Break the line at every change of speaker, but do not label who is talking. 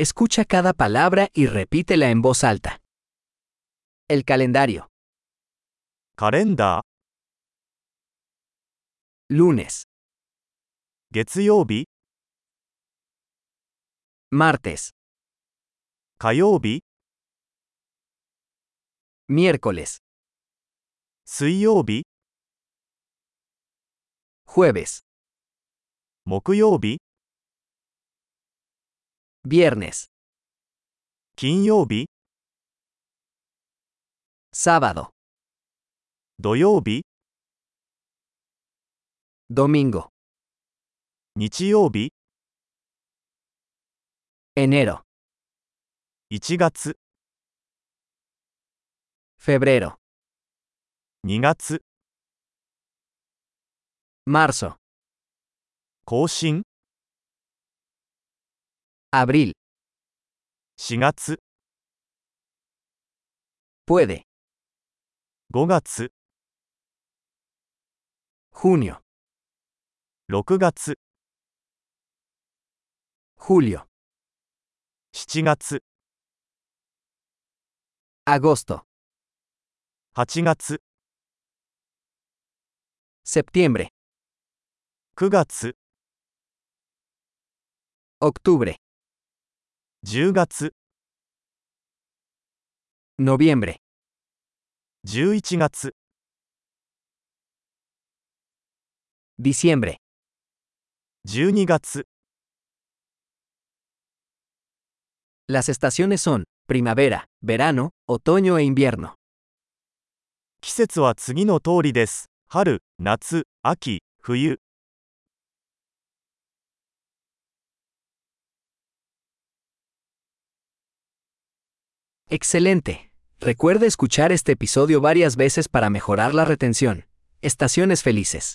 Escucha cada palabra y repítela en voz alta. El calendario.
カレンダー
Lunes,
月曜日
martes,
火曜日
miércoles,
水曜日
jueves,
木曜日
viernes,
金曜日
sábado,
土曜日
domingo,
日曜日
enero,
1月
febrero,
2月
marzo,
更新
abril,
4月
puede,
5月
junio,
6月
julio,
7月
agosto,
8月
septiembre,
9月
octubre,
10月
noviembre,
11月
diciembre,
12月
las estaciones son primavera, verano, otoño e invierno.
季節は次の通りです春夏秋冬
Excelente. Recuerda escuchar este episodio varias veces para mejorar la retención. Estaciones felices.